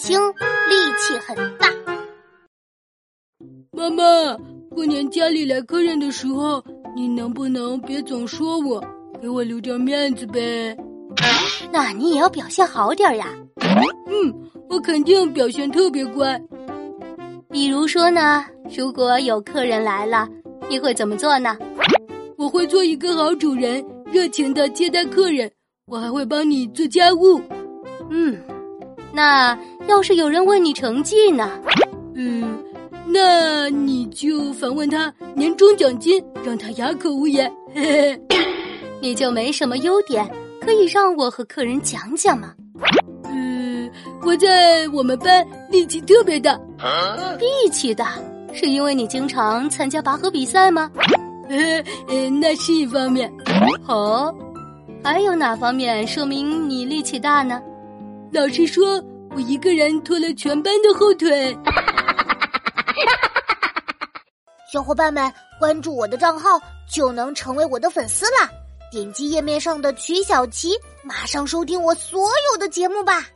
轻，力气很大。妈妈，过年家里来客人的时候，你能不能别总说我，给我留点面子呗？哎那你也要表现好点儿呀。嗯，我肯定表现特别乖。比如说呢，如果有客人来了，你会怎么做呢？我会做一个好主人，热情的接待客人。我还会帮你做家务。嗯，那要是有人问你成绩呢？嗯，那你就反问他年终奖金，让他哑口无言。 嘿嘿，你就没什么优点，可以让我和客人讲讲吗？嗯，我在我们班力气特别大。力气大，是因为你经常参加拔河比赛吗？呃呃，那是一方面。哦，还有哪方面说明你力气大呢？老师说我一个人拖了全班的后腿。小伙伴们，关注我的账号就能成为我的粉丝啦！点击页面上的曲小琪，马上收听我所有的节目吧。